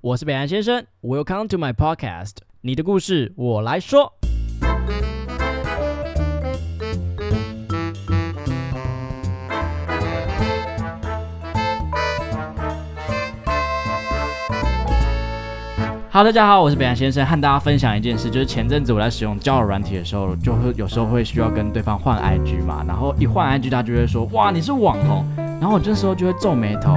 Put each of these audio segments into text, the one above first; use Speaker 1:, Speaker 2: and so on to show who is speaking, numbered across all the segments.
Speaker 1: 我是北岸先生，Welcome to my podcast，你的故事我来说。Hello，大家好，我是北岸先生，和大家分享一件事，就是前阵子我在使用交友软体的时候，就会有时候会需要跟对方换 IG 嘛，然后一换 IG，他就会说，哇，你是网红，然后我这时候就会皱眉头。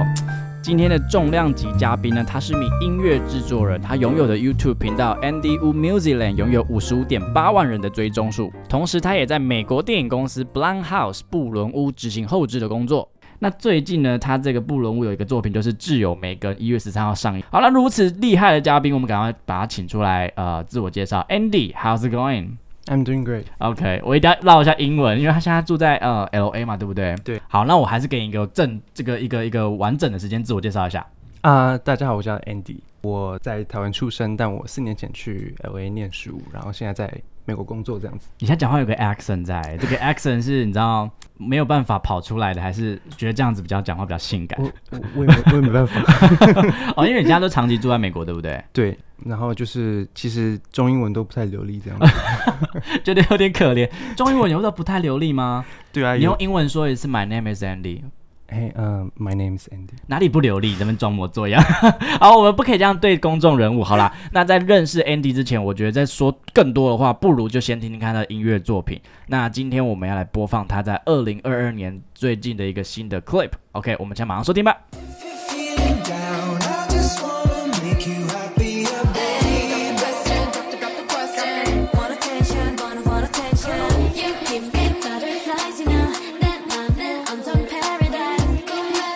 Speaker 1: 今天的重量级嘉宾呢，他是名音乐制作人，他拥有的 YouTube 频道 Andy Wu Music Land 拥有五十五点八万人的追踪数，同时他也在美国电影公司 Blum House 布伦屋执行后置的工作。那最近呢，他这个布伦屋有一个作品就是《挚友梅根》，一月十三号上映。好了，如此厉害的嘉宾，我们赶快把他请出来，呃，自我介绍。Andy，How's it going？
Speaker 2: I'm doing great。
Speaker 1: OK，我一定要唠一下英文，因为他现在住在呃 LA 嘛，对不对？
Speaker 2: 对。
Speaker 1: 好，那我还是给你一个正这个一个一个完整的时间自我介绍一下。
Speaker 2: 啊、大家好，我叫 Andy，我在台湾出生，但我四年前去 LA 念书，然后现在在美国工作这样子。
Speaker 1: 你现在讲话有个 accent 在，这个 accent 是你知道没有办法跑出来的，还是觉得这样子比较讲话比较性感
Speaker 2: 我？我我也没我也没办法。
Speaker 1: 哦，因为你现在都长期住在美国，对不对？
Speaker 2: 对，然后就是其实中英文都不太流利这样子。
Speaker 1: 觉得有点可怜。中英文有的不太流利吗？
Speaker 2: 对啊
Speaker 1: 你用英文说一次，My name is Andy。
Speaker 2: 嘿，嗯、m y name is Andy。
Speaker 1: 哪里不流利，咱们装模作样。 好，我们不可以这样对公众人物。好啦，那在认识 Andy 之前，我觉得在说更多的话，不如就先听听看他的音乐作品。那今天我们要来播放他在二零二二年最近的一个新的 clip。OK，我们先马上收听吧。
Speaker 3: feeling down. I just wanna make you happier, babe.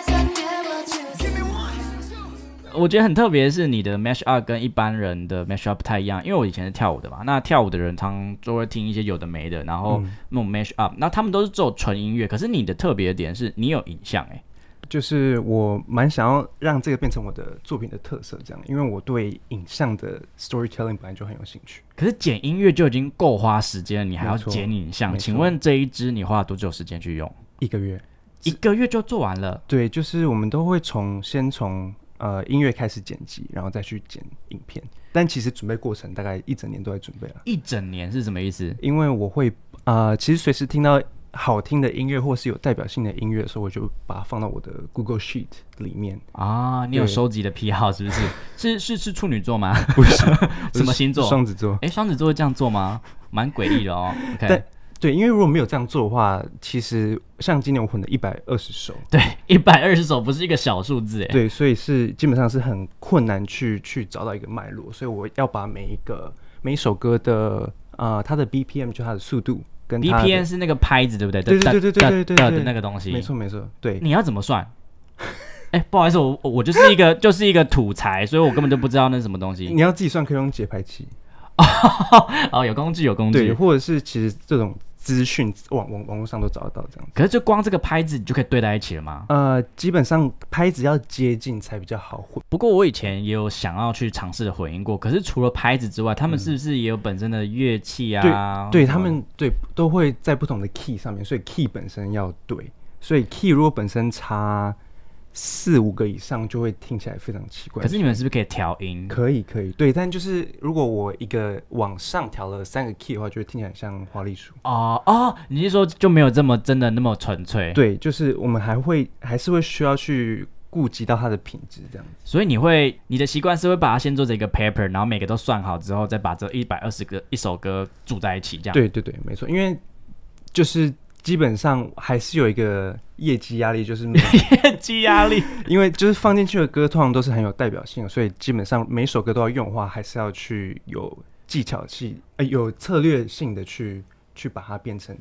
Speaker 4: Give me one.
Speaker 1: 我觉得很特别的是，你的 mash up 跟一般人的 mash up 不太一样，因为我以前是跳舞的嘛，那跳舞的人常就会听一些有的没的，然后
Speaker 2: 嗯
Speaker 1: 那种 mash up，那他们都是做纯音乐，可是你的特别点是你有影像哎、
Speaker 2: 就是我蛮想要让这个变成我的作品的特色，这样，因为我对影像的 storytelling 本来就很有兴趣。
Speaker 1: 可是剪音乐就已经够花时间了，你还要
Speaker 2: 没错
Speaker 1: 剪影像，
Speaker 2: 没错
Speaker 1: 请问这一支你花了多久时间去用？
Speaker 2: 一个月，
Speaker 1: 一个月就做完了。
Speaker 2: 对，就是我们都会从先从呃音乐开始剪辑，然后再去剪影片。但其实准备过程大概一整年都在准备了，
Speaker 1: 一整年是什么意思？
Speaker 2: 因为我会啊、呃其实随时听到好听的音乐或是有代表性的音乐的时候，我就把它放到我的 Google Sheet 里面。
Speaker 1: 啊，你有
Speaker 2: 对
Speaker 1: 收集的癖好是 不是？是是是处女座吗？
Speaker 2: 不是
Speaker 1: 什么星座？
Speaker 2: 双子座。
Speaker 1: 哎，双子座会这样做吗？蛮诡异的哦。OK，
Speaker 2: 但对，因为如果没有这样做的话，其实像今年我混了一百二十首，
Speaker 1: 对，一百二十首不是一个小数字哎。
Speaker 2: 对，所以是基本上是很困难去去找到一个脉络，所以我要把每一个每一首歌的呃它的 BPM 就它的速度跟它的
Speaker 1: BPN 是那个拍子对不对？
Speaker 2: 对对对对对对对
Speaker 1: 的
Speaker 2: 对
Speaker 1: 的那个东西。
Speaker 2: 没错没错，对
Speaker 1: 你要怎么算？ 哎，不好意思，我我就是一个就是一个土财，所以我根本就不知道那是什么东西。
Speaker 2: 你要自己算可以用节拍器，
Speaker 1: 哦，有工具有工
Speaker 2: 对，
Speaker 1: 具。
Speaker 2: 或者是其实这种资讯网网网络上都找得到这样子。
Speaker 1: 可是就光这个拍子，你就可以对在一起了吗？
Speaker 2: 呃，基本上拍子要接近才比较好混。
Speaker 1: 不过我以前也有想要去尝试的混音过，可是除了拍子之外，他们是不是也有本身的乐器啊？
Speaker 2: 嗯对
Speaker 1: 什么
Speaker 2: 他们对都会在不同的 key 上面，所以 key 本身要对，所以 key 如果本身差四五个以上，就会听起来非常奇怪。
Speaker 1: 可是你们是不是可以调音？
Speaker 2: 可以可以，对，但就是如果我一个往上调了三个 key 的话，就会听起来像花栗鼠。
Speaker 1: 哦哦，你是说就没有这么真的那么纯粹？，
Speaker 2: 对，就是我们还会还是会需要去顾及到它的品质这样子。
Speaker 1: 所以你会你的习惯是会把它先做成一个 paper，然后每个都算好之后，再把这一百二十个一首歌组在一起， 这样。，
Speaker 2: 对对对，没错，因为就是基本上还是有一个业绩压力，就是每
Speaker 1: 积压力。
Speaker 2: 因为就是放进去的歌通常都是很有代表性的，所以基本上每首歌都要用的话，还是要去有技巧性、呃、有策略性的去去把它变成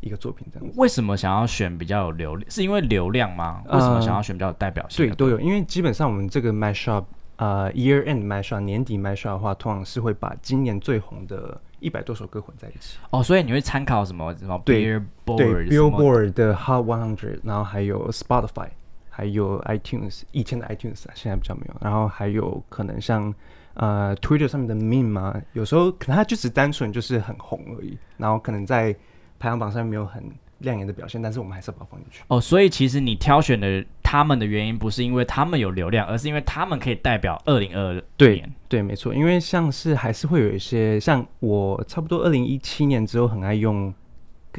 Speaker 2: 一个作品这样子。
Speaker 1: 为什么想要选比较有流量？是因为流量吗？为什么
Speaker 2: 呃
Speaker 1: 想要选比较有代表性
Speaker 2: 对，
Speaker 1: 的？
Speaker 2: 都有，因为基本上我们这个 mashup，呃，year end mashup，年底 mashup 的话，通常是会把今年最红的一百多首歌混在一起。
Speaker 1: 哦，所以你会参考什么什么
Speaker 2: 对对
Speaker 1: Billboard 什么
Speaker 2: ，Billboard 的 Hot 100，然后还有 Spotify，还有 iTunes，以前的 iTunes 啊现在比较没有，然后还有可能像。呃，Twitter 上面的 meme 啊，有时候可能它就只单纯就是很红而已，然后可能在排行榜上面没有很亮眼的表现，但是我们还是要把它放进去。
Speaker 1: 哦，所以其实你挑选的他们的原因不是因为他们有流量，而是因为他们可以代表二零二二
Speaker 2: 对
Speaker 1: 年。
Speaker 2: 对，没错，因为像是还是会有一些像我差不多二零一七年之后很爱用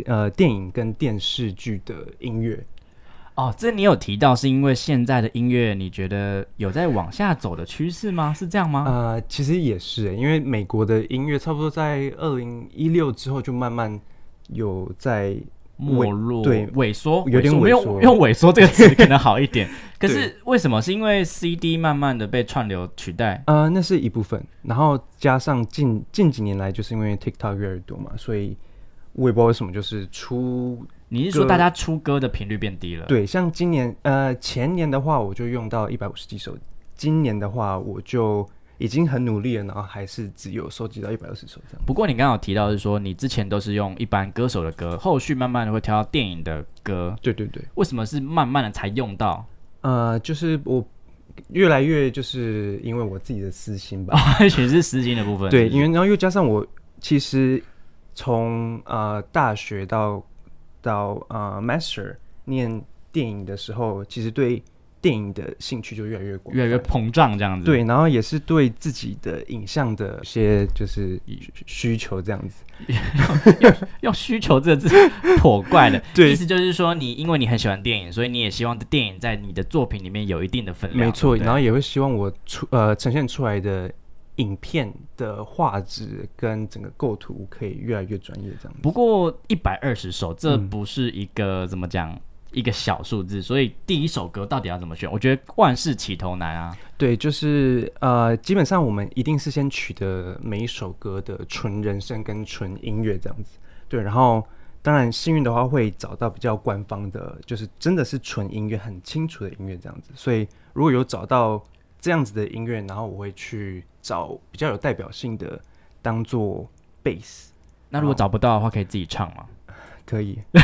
Speaker 2: 呃电影跟电视剧的音乐，
Speaker 1: 哦，这你有提到是因为现在的音乐，你觉得有在往下走的趋势吗？是这样吗？
Speaker 2: 呃，其实也是欸，因为美国的音乐差不多在二零一六之后就慢慢有在
Speaker 1: 没落，
Speaker 2: 对
Speaker 1: 萎缩，
Speaker 2: 有点
Speaker 1: 缩
Speaker 2: 萎
Speaker 1: 用
Speaker 2: 缩
Speaker 1: 用萎缩这个词可能好一 点。可是为什么？是因为 CD 慢慢的被串流取代？
Speaker 2: 呃，那是一部分，然后加上近近几年来，就是因为 TikTok 越来越多嘛，所以我也不知道为什么，就是出
Speaker 1: 你是说
Speaker 2: 歌
Speaker 1: 大家出歌的频率变低了？，
Speaker 2: 对，像今年呃前年的话，我就用到一百五十几首，今年的话我就已经很努力了，然后还是只有收集到一百二十首这样。
Speaker 1: 不过你刚刚有提到是说，你之前都是用一般歌手的歌，后续慢慢的会挑到电影的歌，
Speaker 2: 对对对，
Speaker 1: 为什么是慢慢的才用到？
Speaker 2: 呃，就是我越来越就是因为我自己的私心吧，
Speaker 1: 也许是时间的部分。
Speaker 2: 对，
Speaker 1: 是不
Speaker 2: 因
Speaker 1: 是
Speaker 2: 为然后又加上我其实从呃大学到到呃 master 念电影的时候，其实对电影的兴趣就越来越广，
Speaker 1: 越来越膨胀这样子。，
Speaker 2: 对，然后也是对自己的影像的一些就是需需求这样子。
Speaker 1: 用需求这个字颇怪的，
Speaker 2: 对
Speaker 1: 意思就是说你因为你很喜欢电影，所以你也希望电影在你的作品里面有一定的分量。
Speaker 2: 没错，
Speaker 1: 对不对
Speaker 2: 然后也会希望我出呃呈现出来的影片的画质跟整个构图可以越来越专业这样子。
Speaker 1: 不过一百二十首，这不是一个、怎么讲一个小数字，所以第一首歌到底要怎么选？我觉得万事起头难啊。
Speaker 2: 对，就是呃，基本上我们一定是先取得每一首歌的纯人声跟纯音乐这样子。对，然后当然幸运的话会找到比较官方的，就是真的是纯音乐很清楚的音乐这样子。所以如果有找到这样子的音乐，然后我会去找比较有代表性的当做 bass，
Speaker 1: 那如果找不到的话，可以自己唱吗？
Speaker 2: 可以。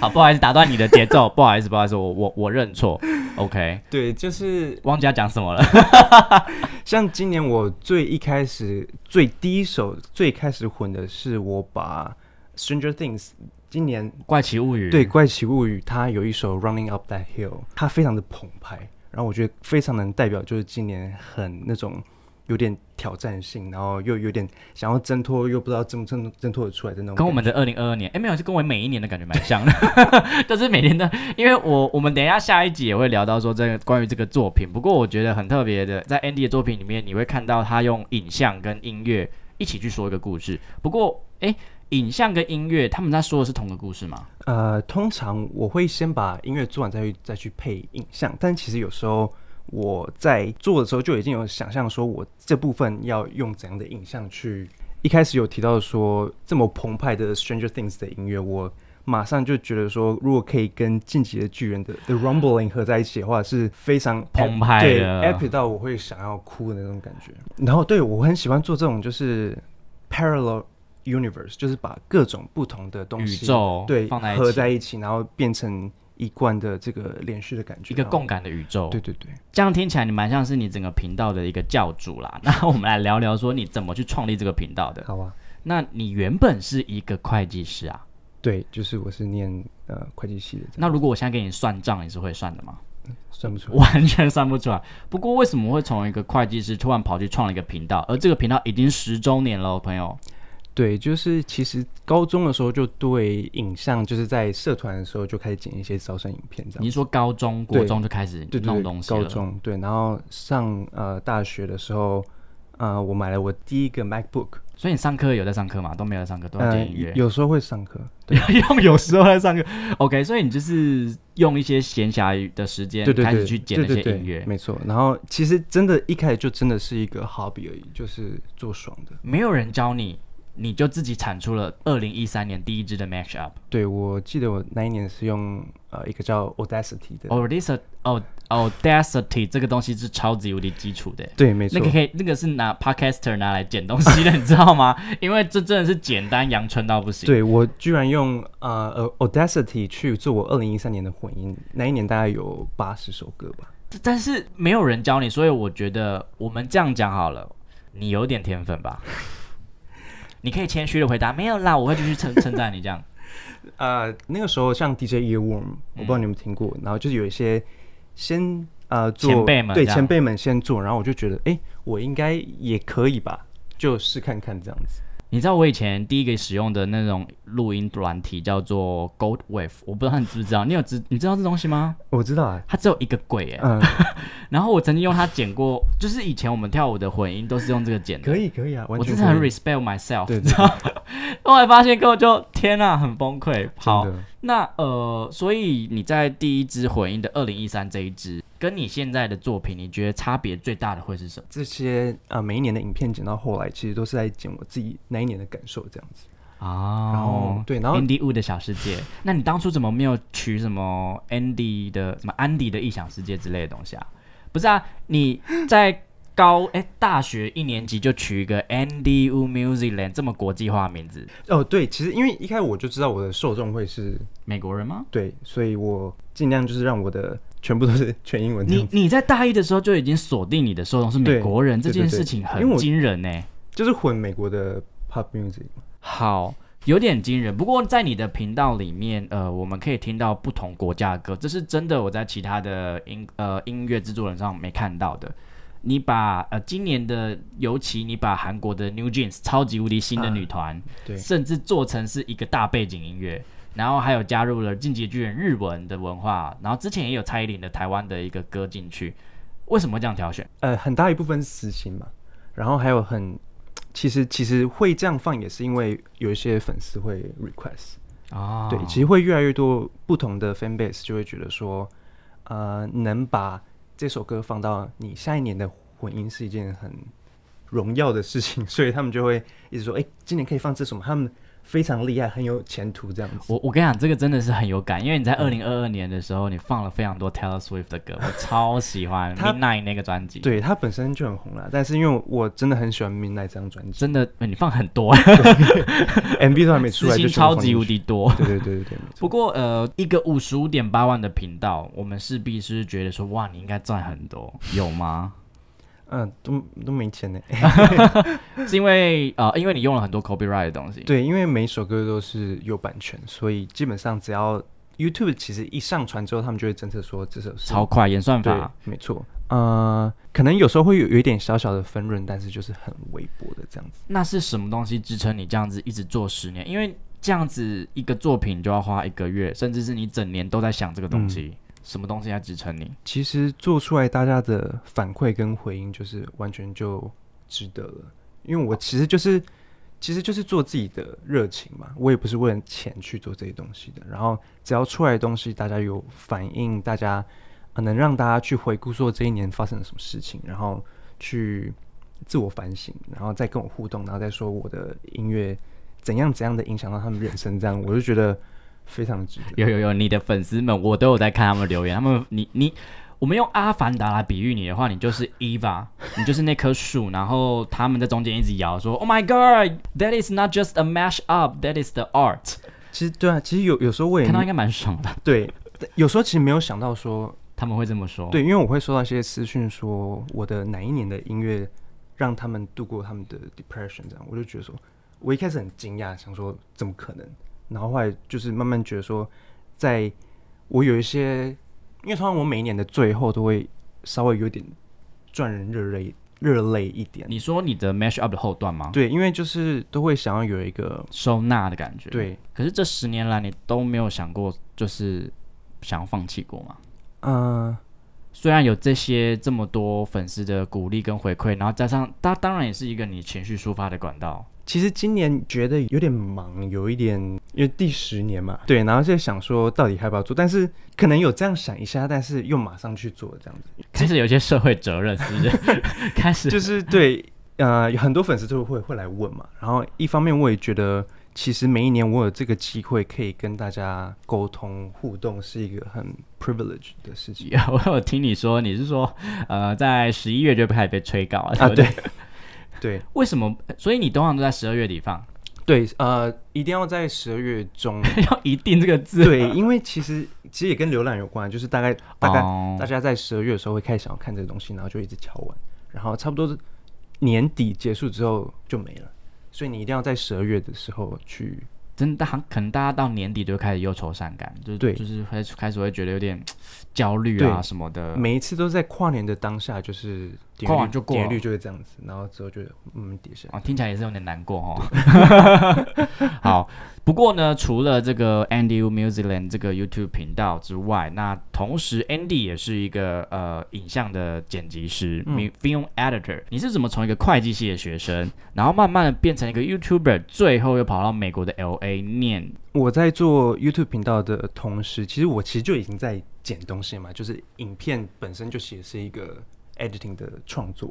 Speaker 1: 好，不好意思，打断你的节奏，不好意思，不好意思，我我我认错。OK，
Speaker 2: 对，就是
Speaker 1: 汪家讲什么了？
Speaker 2: 像今年我最一开始最第一首最开始混的是我把 Stranger Things 今年
Speaker 1: 怪奇物语。
Speaker 2: 对《怪奇物语》，它有一首《Running Up That Hill》，它非常的澎湃，然后我觉得非常能代表就是今年很那种有点挑战性，然后又有点想要挣脱，又不知道挣不挣挣脱得出来的那种感觉。
Speaker 1: 跟我们的二零二二年，哎、没有，就跟我每一年的感觉蛮像的， 就是每年的，因为我我们等一下下一集也会聊到说这个关于这个作品，不过我觉得很特别的，在 Andy 的作品里面，你会看到他用影像跟音乐一起去说一个故事。不过，哎、影像跟音乐他们在说的是同个故事吗？
Speaker 2: 呃，通常我会先把音乐做完再去再去配影像，但其实有时候我在做的时候就已经有想象说我这部分要用怎样的影像去。一开始有提到说这么澎湃的《Stranger Things》的音乐，我马上就觉得说，如果可以跟《晋级的巨人》的《The Rumbling》合在一起的话，是非常
Speaker 1: 澎湃
Speaker 2: 对
Speaker 1: 的
Speaker 2: ，epic 到我会想要哭的那种感觉。然后对我很喜欢做这种就是 parallel universe，就是把各种不同的东
Speaker 1: 宇
Speaker 2: 西
Speaker 1: 宙
Speaker 2: 对
Speaker 1: 放在一
Speaker 2: 合
Speaker 1: 起
Speaker 2: 在一起，然后变成一贯的这个连续的感觉，
Speaker 1: 一个
Speaker 2: 然后
Speaker 1: 共感的宇宙。
Speaker 2: 哦对对对，
Speaker 1: 这样听起来你蛮像是你整个频道的一个教主啦。 那我们来聊聊说你怎么去创立这个频道的。
Speaker 2: 好啊，
Speaker 1: 那你原本是一个会计师啊，
Speaker 2: 对，就是我是念呃会计系的，
Speaker 1: 那如果我现在给你算账，你是会算的吗？
Speaker 2: 算不出来。
Speaker 1: 完全算不出来。不过为什么会从一个会计师突然跑去创了一个频道？而这个频道已经十周年了哦，朋友。
Speaker 2: 对，就是其实高中的时候就对影像，就是在社团的时候就开始剪一些招生影片这样
Speaker 1: 你。是说高中、
Speaker 2: 对
Speaker 1: 国中就开始
Speaker 2: 对对
Speaker 1: 弄
Speaker 2: 对，
Speaker 1: 东西
Speaker 2: 高
Speaker 1: 了？
Speaker 2: 中对，然后上呃大学的时候，呃，我买了我第一个 MacBook，
Speaker 1: 所以你上课有在上课吗？都没有在上课，都在
Speaker 2: 呃，
Speaker 1: 听音乐。
Speaker 2: 有时候会上课，对，
Speaker 1: 用有时候在上课，OK，所以你就是用一些闲暇余的时间
Speaker 2: 对对
Speaker 1: 开始
Speaker 2: 对，
Speaker 1: 去剪
Speaker 2: 对
Speaker 1: 那些
Speaker 2: 对对
Speaker 1: 音乐，
Speaker 2: 没错。然后其实真的，一开始就真的是一个 hobby 而已，就是做爽的。
Speaker 1: 没有人教你，你就自己产出了二零一三年第一支的 Match Up。
Speaker 2: 对，我记得我那一年是用呃一个叫 Audacity 的，
Speaker 1: Audacity，哦 Audacity 这个东西是超级无敌基础的。
Speaker 2: 对，没错，
Speaker 1: 那个可以，那个是拿 Podcaster 拿来剪东西的，你知道吗？ 因为这真的是简单阳春到不行。，
Speaker 2: 对我居然用呃呃 Audacity 去做我二零一三年的混音，那一年大概有八十首歌吧。
Speaker 1: 但是没有人教你，所以我觉得我们这样讲好了，你有点 天分吧？你可以谦虚的回答，没有啦，我会继续称称赞你这样。
Speaker 2: 呃，那个时候像 DJ Earworm，我不
Speaker 1: 嗯
Speaker 2: 知道你们听过，然后就是有一些先呃做
Speaker 1: 前辈们
Speaker 2: 对
Speaker 1: 这样
Speaker 2: 前辈们先做，然后我就觉得，哎、我应该也可以吧，就试看看这样子。
Speaker 1: 你知道我以前第一个使用的那种录音软体叫做 Gold Wave，我不知道你知不知道，你有知你知道这东西吗？
Speaker 2: 我知道啊，
Speaker 1: 它只有一个轨哎、
Speaker 2: 嗯，
Speaker 1: 然后我曾经用它剪过，就是以前我们跳舞的混音都是用这个剪的。
Speaker 2: 可以 可以啊，完
Speaker 1: 我
Speaker 2: 全
Speaker 1: 真的很
Speaker 2: 可以
Speaker 1: respect myself，
Speaker 2: 对
Speaker 1: 你
Speaker 2: 对
Speaker 1: 知道吗？后来发现根本就天啊，很崩溃。好
Speaker 2: 真的，
Speaker 1: 那呃，所以你在第一支混音的二零一三这一支，跟你现在的作品，你觉得差别最大的会是什么？
Speaker 2: 这些啊、呃每一年的影片剪到后来，其实都是在剪我自己那一年的感受这样子。
Speaker 1: 啊，
Speaker 2: 然后哦对然后
Speaker 1: Andy Wu 的小世界， 那你当初怎么没有取什么 Andy 的什么 Andy 的异想世界之类的东西啊？不是啊，你在高哎、大学一年级就取一个 Andy Wu Music Land 这么国际化的名字，
Speaker 2: 哦，对，其实因为一开始我就知道我的受众会是
Speaker 1: 美国人吗？
Speaker 2: 对，所以我尽量就是让我的全部都是全英文这样
Speaker 1: 你
Speaker 2: 子。
Speaker 1: 你在大一的时候就已经锁定你的受众是美
Speaker 2: 对
Speaker 1: 国人，这
Speaker 2: 对
Speaker 1: 件
Speaker 2: 对对
Speaker 1: 事情
Speaker 2: 因为
Speaker 1: 很
Speaker 2: 我
Speaker 1: 惊人呢、欸
Speaker 2: 就是混美国的 pop music 嘛。
Speaker 1: 好，有点惊人。不过在你的频道里面，呃，我们可以听到不同国家的歌，这是真的。我在其他的音呃音乐制作人上没看到的。你把呃今年的，尤其你把韩国的 New Jeans 超级无敌新的女团、
Speaker 2: 啊对
Speaker 1: 甚至做成是一个大背景音乐，然后还有加入了进击巨人日文的文化，然后之前也有蔡依林的台湾的一个歌进去。为什么会这样挑选？
Speaker 2: 呃，很大一部分是私心嘛，然后还有很，其实其实会这样放也是因为有一些粉丝会 request，、
Speaker 1: 哦
Speaker 2: 对，其实会越来越多不同的 fan base 就会觉得说，呃，能把这首歌放到你下一年的混音是一件很荣耀的事情，所以他们就会一直说，哎、今年可以放这首吗，他们非常厉害，很有前途这样子。
Speaker 1: 我我跟你讲，这个真的是很有感，因为你在
Speaker 2: 嗯
Speaker 1: 二零二二年的时候，你放了非常多 Taylor Swift 的歌，我超喜欢
Speaker 2: 他
Speaker 1: Midnight 那个专辑，，
Speaker 2: 对他本身就很红了，但是因为我真的很喜欢《Midnight》这张专辑
Speaker 1: 真的、呃你放很多，
Speaker 2: ，MV 都还没出
Speaker 1: 私
Speaker 2: 来
Speaker 1: 心
Speaker 2: 就
Speaker 1: 超
Speaker 2: 全部放
Speaker 1: 级无
Speaker 2: 进去
Speaker 1: 敌多。
Speaker 2: 对对对对对，没
Speaker 1: 不
Speaker 2: 错。
Speaker 1: 过呃，一个五十五点八万的频道，我们势必是觉得说，哇，你应该赚很多，有吗？
Speaker 2: 嗯，都都没钱呢。
Speaker 1: 是因为呃，因为你用了很多 copyright 的东西，，
Speaker 2: 对，因为每首歌都是有版权，所以基本上只要 YouTube 其实一上传之后，他们就会侦测说这首是
Speaker 1: 超快演算
Speaker 2: 对
Speaker 1: 法。，
Speaker 2: 没错。呃，可能有时候会有有一点小小的分润，但是就是很微薄的这样子。
Speaker 1: 那是什么东西支撑你这样子一直做十年？因为这样子一个作品就要花一个月，甚至是你整年都在想这个东
Speaker 2: 嗯
Speaker 1: 西，什么东西在支撑你？
Speaker 2: 其实做出来大家的反馈跟回应，就是完全就值得了。因为我其实就是，其实就是做自己的热情嘛，我也不是为了钱去做这些东西的。然后只要出来的东西，大家有反应，大家、呃、能让大家去回顾说这一年发生了什么事情，然后去自我反省，然后再跟我互动，然后再说我的音乐怎样怎样的影响到他们人生，这样我就觉得非常值得。
Speaker 1: 有有有，你的粉丝们，我都有在看他们留言。他们，你你，我们用阿凡达来比喻你的话，你就是 Eva，你就是那棵树。然后他们在中间一直摇说：“Oh my God, that is not just a mash up, that is the art。
Speaker 2: 其实对啊，其实有有时候我”也
Speaker 1: 看到应该蛮爽的，
Speaker 2: 对，哦有时候其实没有想到说，
Speaker 1: 他们会这么说。，
Speaker 2: 对，因为我会收到一些私讯说我的哪一年的音乐让他们度过他们的 depression，这样我就觉得说，我一开始很惊讶，想说怎么可能，然后后来就是慢慢觉得说，在我有一些，因为通常我每一年的最后都会稍微有点赚人热泪热泪一点，
Speaker 1: 你说你的 mash up 的后段吗？，
Speaker 2: 对，因为就是都会想要有一个
Speaker 1: 收纳的感觉。。
Speaker 2: 对
Speaker 1: 可是这十年来，你都没有想过，就是想要放弃过吗？
Speaker 2: 嗯。
Speaker 1: 虽然有这些这么多粉丝的鼓励跟回馈，然后加上它当然也是一个你情绪抒发的管道。
Speaker 2: 其实今年觉得有点忙，有一点，因为第十年嘛，对，然后就想说到底还要不要做，但是可能有这样想一下，但是又马上去做这样子，
Speaker 1: 开始有一些社会责任，是不是？ 开始
Speaker 2: 就是对，呃，有很多粉丝都会会来问嘛，然后一方面我也觉得，其实每一年我有这个机会可以跟大家沟通互动，是一个很 privilege 的事情
Speaker 1: 我有听你说，你是说，呃，在十一月就开始被催稿啊？
Speaker 2: 啊，
Speaker 1: 不对
Speaker 2: 对， 对
Speaker 1: 为什么？所以你通常都在十二月底放，
Speaker 2: 对，呃，一定要在十二月中
Speaker 1: 要一定这个字。啊
Speaker 2: 对，因为其实其实也跟浏览有关，就是大概大概、
Speaker 1: 哦
Speaker 2: 大家在十二月的时候会开始想要看这个东西，然后就一直敲完，然后差不多是年底结束之后就没了，所以你一定要在十二月的时候去
Speaker 1: 真的很可能大家到年底就开始忧愁善感，就是
Speaker 2: 对
Speaker 1: 就是开始开始会觉得有点焦虑啊
Speaker 2: 对
Speaker 1: 什么的。
Speaker 2: 每一次都在跨年的当下，就是点阅
Speaker 1: 跨完
Speaker 2: 率
Speaker 1: 就过
Speaker 2: 点
Speaker 1: 了
Speaker 2: 阅率就会这样子，然后之后就嗯跌下来。
Speaker 1: 哦，听起来也是有点难过哦。 好，不过呢，除了这个 Andy U Musicland 这个 YouTube 频道之外，那同时 Andy 也是一个呃影像的剪辑师、嗯、，Film Editor。你是怎么从一个会计系的学生，然后慢慢的变成一个 YouTuber，最后又跑到美国的 LA 念？
Speaker 2: 我在做 YouTube 频道的同时，其实我其实就已经在剪东西嘛，就是影片本身就其实是一个 editing 的创作，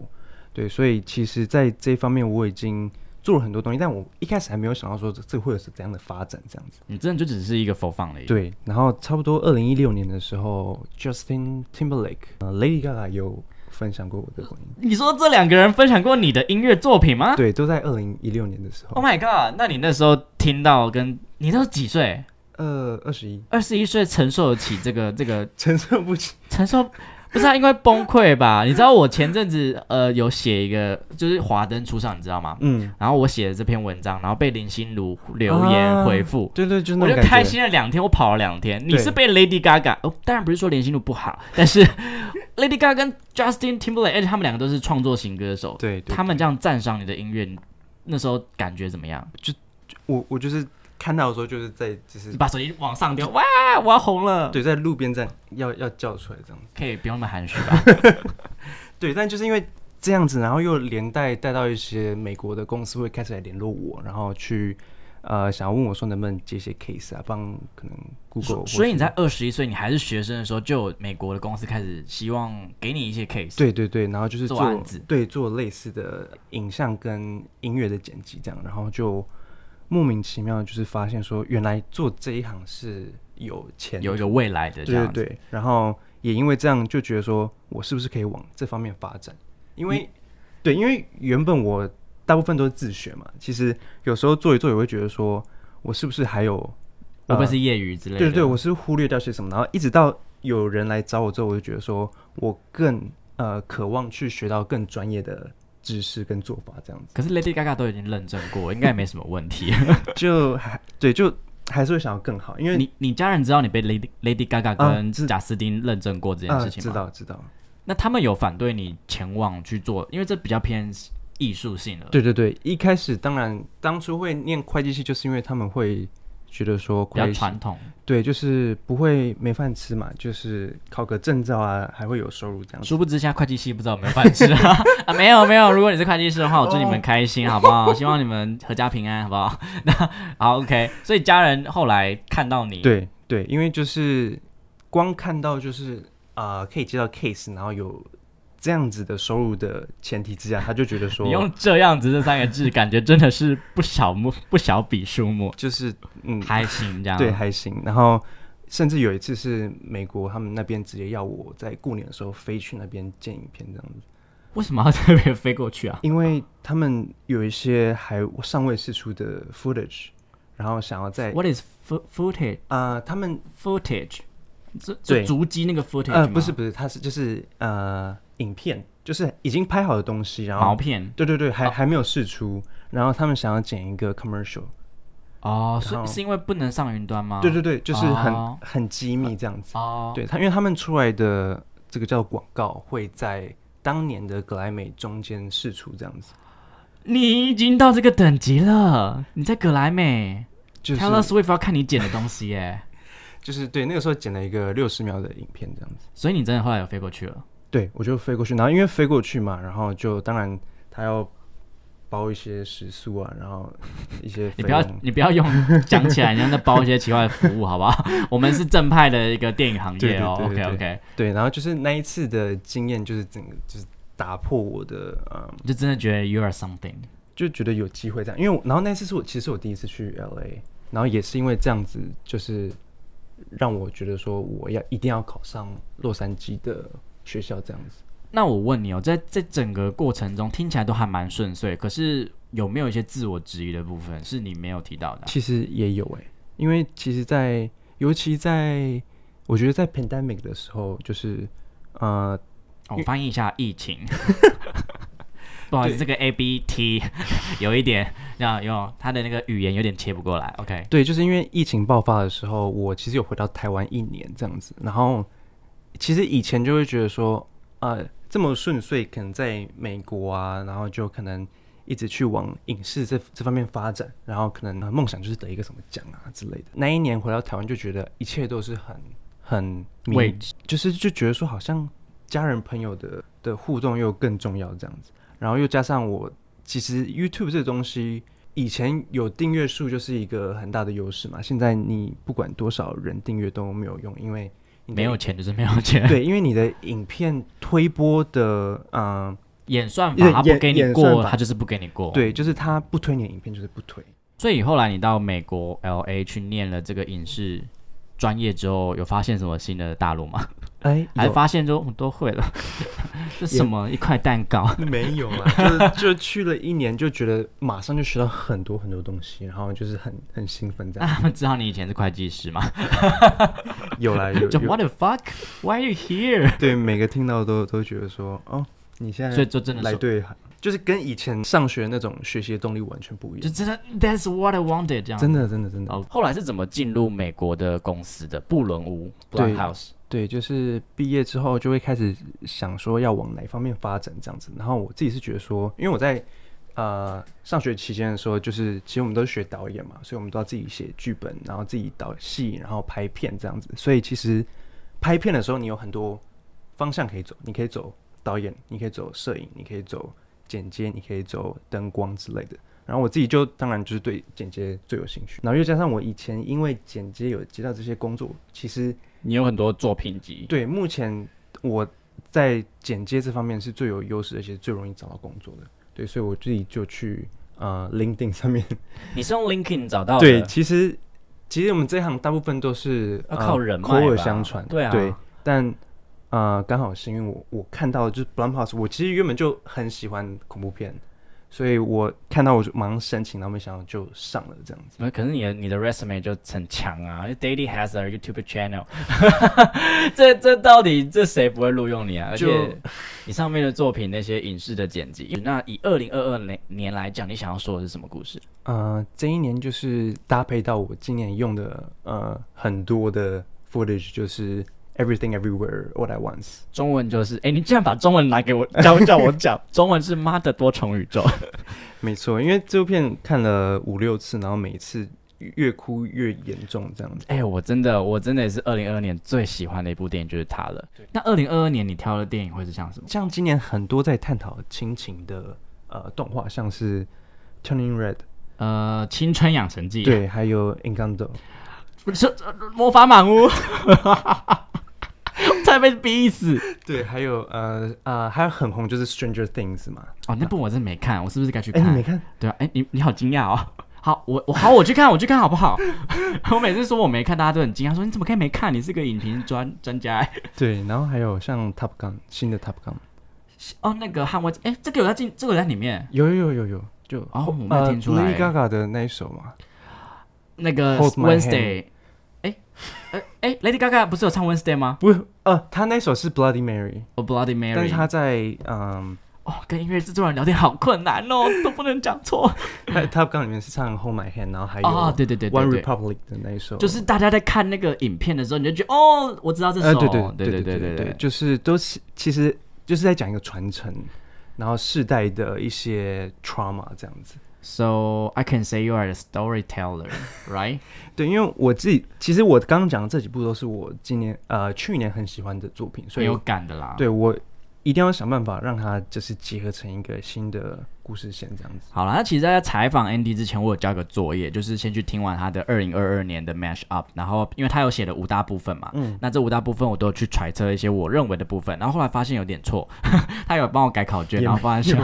Speaker 2: 对，所以其实在这方面我已经做了很多东西，但我一开始还没有想到说这这会有怎样的发展这样子。
Speaker 1: 你真的就只是一个 for fun 而已。
Speaker 2: 对，然后差不多二零一六年的时候，Justin Timberlake、呃、Lady Gaga 有分享过我的婚姻，
Speaker 1: 你说这两个人分享过你的音乐作品吗？
Speaker 2: 对，都在二零一六年的时候
Speaker 1: ，Oh，my god！那你那时候听到跟你那时候几岁？
Speaker 2: 呃，二十一，
Speaker 1: 二十一岁承受得起这个这个
Speaker 2: 承受不起，
Speaker 1: 承受不是、啊、应该崩溃吧？ 你知道我前阵子呃有写一个就是华灯初上，你知道吗？
Speaker 2: 嗯，
Speaker 1: 然后我写的这篇文章，然后被林心如留言
Speaker 2: 啊
Speaker 1: 回复。
Speaker 2: 对对，就是那
Speaker 1: 我
Speaker 2: 种
Speaker 1: 就
Speaker 2: 感觉，
Speaker 1: 开心了两天，我跑了两天。你
Speaker 2: 对
Speaker 1: 是被 Lady Gaga 哦，当然不是说林心如不好， 但是 Lady Gaga 跟 Justin Timberlake，而且他们两个都是创作型歌手，
Speaker 2: 对，对
Speaker 1: 他们这样赞赏你的音乐，你那时候感觉怎么样？
Speaker 2: 我我就是看到的时候，就是在就是
Speaker 1: 你把手机往上丢，哇，我要红了！
Speaker 2: 对在路边站要要叫出来这样子。
Speaker 1: 可以不用那么含蓄吧？
Speaker 2: 对，但就是因为这样子，然后又连带带到一些美国的公司会开始来联络我，然后去呃想要问我说能不能接一些 case 啊，帮可能 Google 或
Speaker 1: 所
Speaker 2: 是。
Speaker 1: 所以你在二十一岁，你还是学生的时候，就有美国的公司开始希望给你一些 case。，
Speaker 2: 对对对，然后就是
Speaker 1: 做
Speaker 2: 做
Speaker 1: 案子
Speaker 2: 对做类似的影像跟音乐的剪辑这样，然后就莫名其妙就是发现说，原来做这一行是有钱
Speaker 1: 有一个未来的这
Speaker 2: 对
Speaker 1: 样
Speaker 2: 对
Speaker 1: 子。
Speaker 2: 对，然后也因为这样就觉得说我是不是可以往这方面发展？因为对，因为原本我大部分都是自学嘛，其实有时候做一做也会觉得说我是不是还有
Speaker 1: 会
Speaker 2: 呃
Speaker 1: 不会是业余之类的？
Speaker 2: 对对对，我是忽略掉些什么，然后一直到有人来找我之后，我就觉得说我更呃渴望去学到更专业的知识跟做法这样子，
Speaker 1: 可是 Lady Gaga 都已经认证过，应该也没什么问 题。
Speaker 2: 就还对就还是会想要更好，因为
Speaker 1: 你你家人知道你被 Lady Lady Gaga
Speaker 2: 啊
Speaker 1: 跟
Speaker 2: 知
Speaker 1: 贾斯汀认证过这件
Speaker 2: 啊、
Speaker 1: 事情
Speaker 2: 知
Speaker 1: 吗？嗯
Speaker 2: 道知道，
Speaker 1: 那他们有反对你前往去做，因为这比较偏艺术性了，
Speaker 2: 对对对，一开始当然当初会念会计系，就是因为他们会觉得说
Speaker 1: 比
Speaker 2: 会
Speaker 1: 较
Speaker 2: 计系
Speaker 1: 传统。
Speaker 2: 对，就是不会没饭吃嘛，就是考个证照啊，还会有收入这样子。
Speaker 1: 殊不知，现在会计系不知道有没有饭吃啊 啊！没有没有，如果你是会计师的话，我祝你们开心，好不好？希望你们阖家平安，好不好？ 那好，OK。所以家人后来看到你，
Speaker 2: 对对，因为就是光看到就是啊、呃可以接到 case，然后有这样子的收入的前提之下，他就觉得说
Speaker 1: 你，用这样子这三个字，感觉真的是不小目不小笔数目，
Speaker 2: 就是嗯，
Speaker 1: 还行啊这样。
Speaker 2: 对，还行。然后甚至有一次是美国他们那边直接要我在过年的时候飞去那边剪影片这样子。
Speaker 1: 为什么要特别飞过去啊？
Speaker 2: 因为他们有一些还尚未释出的 footage，然后想要在
Speaker 1: What is fo- footage?
Speaker 2: 啊、他们
Speaker 1: Footage，这
Speaker 2: 对
Speaker 1: 这足迹那个 footage
Speaker 2: 呃
Speaker 1: 吗
Speaker 2: 不是不是，他是就是呃影片，就是已经拍好的东西，然
Speaker 1: 毛
Speaker 2: 后
Speaker 1: 片
Speaker 2: 对对对，还、还没有释出，然后他们想要剪一个 commercial，、
Speaker 1: 哦，所
Speaker 2: 然
Speaker 1: 以
Speaker 2: 后
Speaker 1: 是因为不能上云端吗？
Speaker 2: 对对对，就是很、
Speaker 1: 哦
Speaker 2: 很机密这样子。
Speaker 1: 哦，
Speaker 2: 对他，因为他们出来的这个叫广告会在当年的格莱美中间释出这样子，
Speaker 1: 你已经到这个等级了，你在格莱美。
Speaker 2: 就是
Speaker 1: Taylor Swift 要看你剪的东西 耶，
Speaker 2: 就是对那个时候剪了一个六十秒的影片这样子。
Speaker 1: 所以你真的后来有飞过去了。
Speaker 2: 对，我就飞过去，然后因为飞过去嘛，然后就当然他要包一些食宿啊，然后一些
Speaker 1: 你
Speaker 2: 费
Speaker 1: 不要
Speaker 2: 用，
Speaker 1: 你不要用讲起来，你像在包一些奇怪的服务，好不 好？我们是正派的一个电影行业哦。
Speaker 2: 对对
Speaker 1: OK
Speaker 2: 对对
Speaker 1: OK，
Speaker 2: 对，然后就是那一次的经验，就是整个就是打破我的嗯，
Speaker 1: 就真的觉得 you are something。
Speaker 2: 就觉得有机会这样，因为我然后那次是我其实是我第一次去 L A，然后也是因为这样子，就是让我觉得说我要一定要考上洛杉矶的学校这样子。
Speaker 1: 那我问你哦，在在整个过程中听起来都还蛮顺遂，可是有没有一些自我质疑的部分是你没有提到的啊、
Speaker 2: 其实也有哎、因为其实在，尤其在我觉得在 pandemic 的时候，就是呃，
Speaker 1: 哦我翻译一下疫情， 不好意思，这
Speaker 2: 对
Speaker 1: 个 A B T 有一点这样用他的那个语言有点切不过来。OK，
Speaker 2: 对，就是因为疫情爆发的时候，我其实有回到台湾一年这样子，然后其实以前就会觉得说，呃，这么顺遂，可能在美国啊，然后就可能一直去往影视这这方面发展，然后可能呃梦想就是得一个什么奖啊之类的。那一年回到台湾，就觉得一切都是很很迷
Speaker 1: 未
Speaker 2: 就是就觉得说好像家人朋友的的互动又更重要这样子，然后又加上我其实 YouTube 这个东西以前有订阅数就是一个很大的优势嘛，现在你不管多少人订阅都没有用，因为你的
Speaker 1: 没有钱就是没有钱，
Speaker 2: 对，因为你的影片推播的嗯、呃
Speaker 1: 演算法
Speaker 2: 演
Speaker 1: 他不给你
Speaker 2: 演演
Speaker 1: 过，
Speaker 2: 算法
Speaker 1: 他就是不给你过。，
Speaker 2: 对，就是他不推你的影片就是不推。
Speaker 1: 所以后来你到美国 L A 去念了这个影视专业之后，有发现什么新的大陆吗？
Speaker 2: 哎，
Speaker 1: 还
Speaker 2: 有
Speaker 1: 发现说我都会了， 这什么一块蛋糕？
Speaker 2: 没有 啦，就是就去了一年，就觉得马上就学到很多很多东西，然后就是很很兴奋这
Speaker 1: 那
Speaker 2: 样。
Speaker 1: 他们知道你以前是会计师吗？
Speaker 2: 有啦有，
Speaker 1: 就
Speaker 2: 有
Speaker 1: What the fuck? Why are you here？
Speaker 2: 对，每个听到都都觉得说，哦，你现在
Speaker 1: 所以就真的
Speaker 2: 来
Speaker 1: 是
Speaker 2: 对行，就是跟以前上学那种学习的动力完全不一
Speaker 1: 就
Speaker 2: 样。
Speaker 1: 真的 That's what I wanted 这样。
Speaker 2: 真的，真的，真的，
Speaker 1: 哦，后来是怎么进入美国的公司的？布伦屋 （Black
Speaker 2: 对
Speaker 1: House）。
Speaker 2: 对，就是毕业之后就会开始想说要往哪方面发展这样子。然后我自己是觉得说，因为我在呃上学期间的时候，就是其实我们都是学导演嘛，所以我们都要自己写剧本，然后自己导戏，然后拍片这样子。所以其实拍片的时候，你有很多方向可以走，你可以走导演，你可以走摄影，你可以走剪接，你可以走灯光之类的。然后我自己就当然就是对剪接最有兴趣，然后又加上我以前因为剪接有接到这些工作，其实
Speaker 1: 你有很多作品集，
Speaker 2: 对，目前我在剪接这方面是最有优势，而且最容易找到工作的。对，所以我自己就去呃 LinkedIn 上面。
Speaker 1: 你是用 LinkedIn 找到的？
Speaker 2: 对，其实其实我们这一行大部分都是、
Speaker 1: 要
Speaker 2: 呃
Speaker 1: 靠人脉
Speaker 2: 口耳
Speaker 1: 吧
Speaker 2: 相传。
Speaker 1: 对啊
Speaker 2: 对，但呃，刚好是因为我我看到就是 Blumhouse，我其实原本就很喜欢恐怖片，所以我看到我就马上申请，然后没想到就上了这样子。
Speaker 1: 那可是你的你的 resume 就很强啊，Daily has a YouTube channel，这这到底这谁不会录用你啊？而
Speaker 2: 就
Speaker 1: 且你上面的作品那些影视的剪辑，那以二零二二年年来讲，你想要说的是什么故事？
Speaker 2: 呃，这一年就是搭配到我今年用的呃很多的 footage，就是 Everything Everywhere All at Once。
Speaker 1: 中文就是，哎、你竟然把中文拿给我，叫叫我 讲，中文是妈的多重宇宙，
Speaker 2: 没错，因为这部片看了五六次，然后每一次越哭越严重这样子。
Speaker 1: 哎、我真的我真的也是二零二二年最喜欢的一部电影就是它了。那二零二二年你挑的电影会是像什么？
Speaker 2: 像今年很多在探讨亲情的呃动画，像是 Turning Red，
Speaker 1: 呃，青春养成记，，
Speaker 2: 对，还有 Encanto。
Speaker 1: 不是呃魔法满屋， 差点被逼死。
Speaker 2: 对，还有呃呃，还有很红就是 Stranger Things 嘛。
Speaker 1: 哦，那部我真没看，我是不是该去
Speaker 2: 哎、
Speaker 1: 看？
Speaker 2: 你没看？
Speaker 1: 对啊，哎、你你好惊讶哦。好，我我好，我去看，我去看好不好？ 我每次说我没看，大家都很惊讶，说你怎么可以没看？你是个影评专专家、哎
Speaker 2: 对，然后还有像 Top Gun 新的 Top Gun，
Speaker 1: 哦，那个捍卫，哎、这个有在进，这个有在里面。
Speaker 2: 有有有有有，就
Speaker 1: 哦我没有听出来
Speaker 2: 呃、Lady Gaga 的那一首嘛，
Speaker 1: 那个
Speaker 2: Hold my
Speaker 1: Wednesday，哎哎哎，Lady Gaga 不是有唱 Wednesday 吗？
Speaker 2: 不是呃，她那首是 Bloody Mary，
Speaker 1: 哦、Bloody
Speaker 2: 但
Speaker 1: Mary，
Speaker 2: 是她在 嗯，
Speaker 1: 哦，跟音乐制作人聊天好困难 哦，都不能讲错。
Speaker 2: 她 Top Gun 里面是唱 Hold My Hand，然后还有
Speaker 1: 哦对对对对
Speaker 2: One
Speaker 1: 对
Speaker 2: Republic 的那一首，
Speaker 1: 就是大家在看那个影片的时候，你就觉得哦，我知道这首，
Speaker 2: 呃对对
Speaker 1: 对
Speaker 2: 对
Speaker 1: 对
Speaker 2: 对
Speaker 1: 对，
Speaker 2: 就是都是其实就是在讲一个传承，然后世代的一些 trauma 这样子。
Speaker 1: So I can say you are a storyteller, right?
Speaker 2: 对，因为我自己其实我刚刚讲的这几部都是我今年呃去年很喜欢的作品，所
Speaker 1: 很
Speaker 2: 以
Speaker 1: 有感的啦。
Speaker 2: 对，我一定要想办法让它就是结合成一个新的故事线这样子。
Speaker 1: 好啦，那其实，在采访 Andy 之前，我有交一个作业，就是先去听完他的二零二二年的 Mash Up，然后因为他有写的五大部分嘛，嗯，那这五大部分我都有去揣测一些我认为的部分，然后后来发现有点错，他有帮我改考卷，然后发现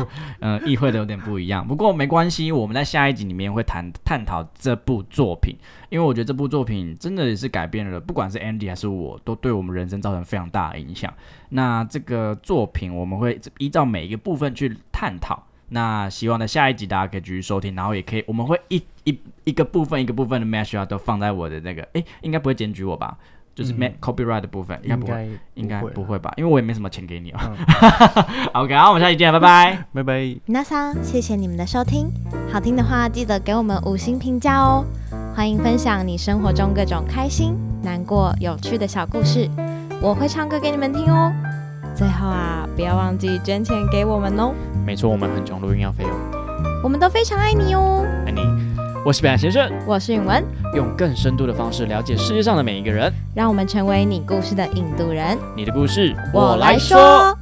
Speaker 1: 呃意会的有点不一样，不过没关系，我们在下一集里面会谈探讨这部作品，因为我觉得这部作品真的也是改变了，不管是 Andy 还是我，都对我们人生造成非常大的影响。那这个作品我们会依照每一个部分去探讨。那希望在下一集大家可以继续收听，然后也可以，我们会一一一个部分一个部分的 match up 都放在我的那个，诶，应该不会检举我吧？就是
Speaker 2: 嗯
Speaker 1: make copyright 的部分应该
Speaker 2: 应
Speaker 1: 不会，
Speaker 2: 该
Speaker 1: 应该不
Speaker 2: 不会
Speaker 1: 会吧？因为我也没什么钱给你啊。OK，好，我 们下期见，拜拜。
Speaker 2: 啦，拜拜。
Speaker 5: 那桑，谢谢你们的收听，好听的话记得给我们五星评价哦。欢迎分享你生活中各种开心、难过、有趣的小故事，我会唱歌给你们听哦。最后啊，不要忘记捐钱给我们哦，
Speaker 1: 没错，我们很穷，录音要费用。
Speaker 5: 我们都非常爱你哦。
Speaker 1: 爱你，我是北岸先生，
Speaker 5: 我是允文，
Speaker 1: 用更深度的方式了解世界上的每一个人。
Speaker 5: 让我们成为你故事的引渡人。
Speaker 1: 你的故事，。
Speaker 5: 说。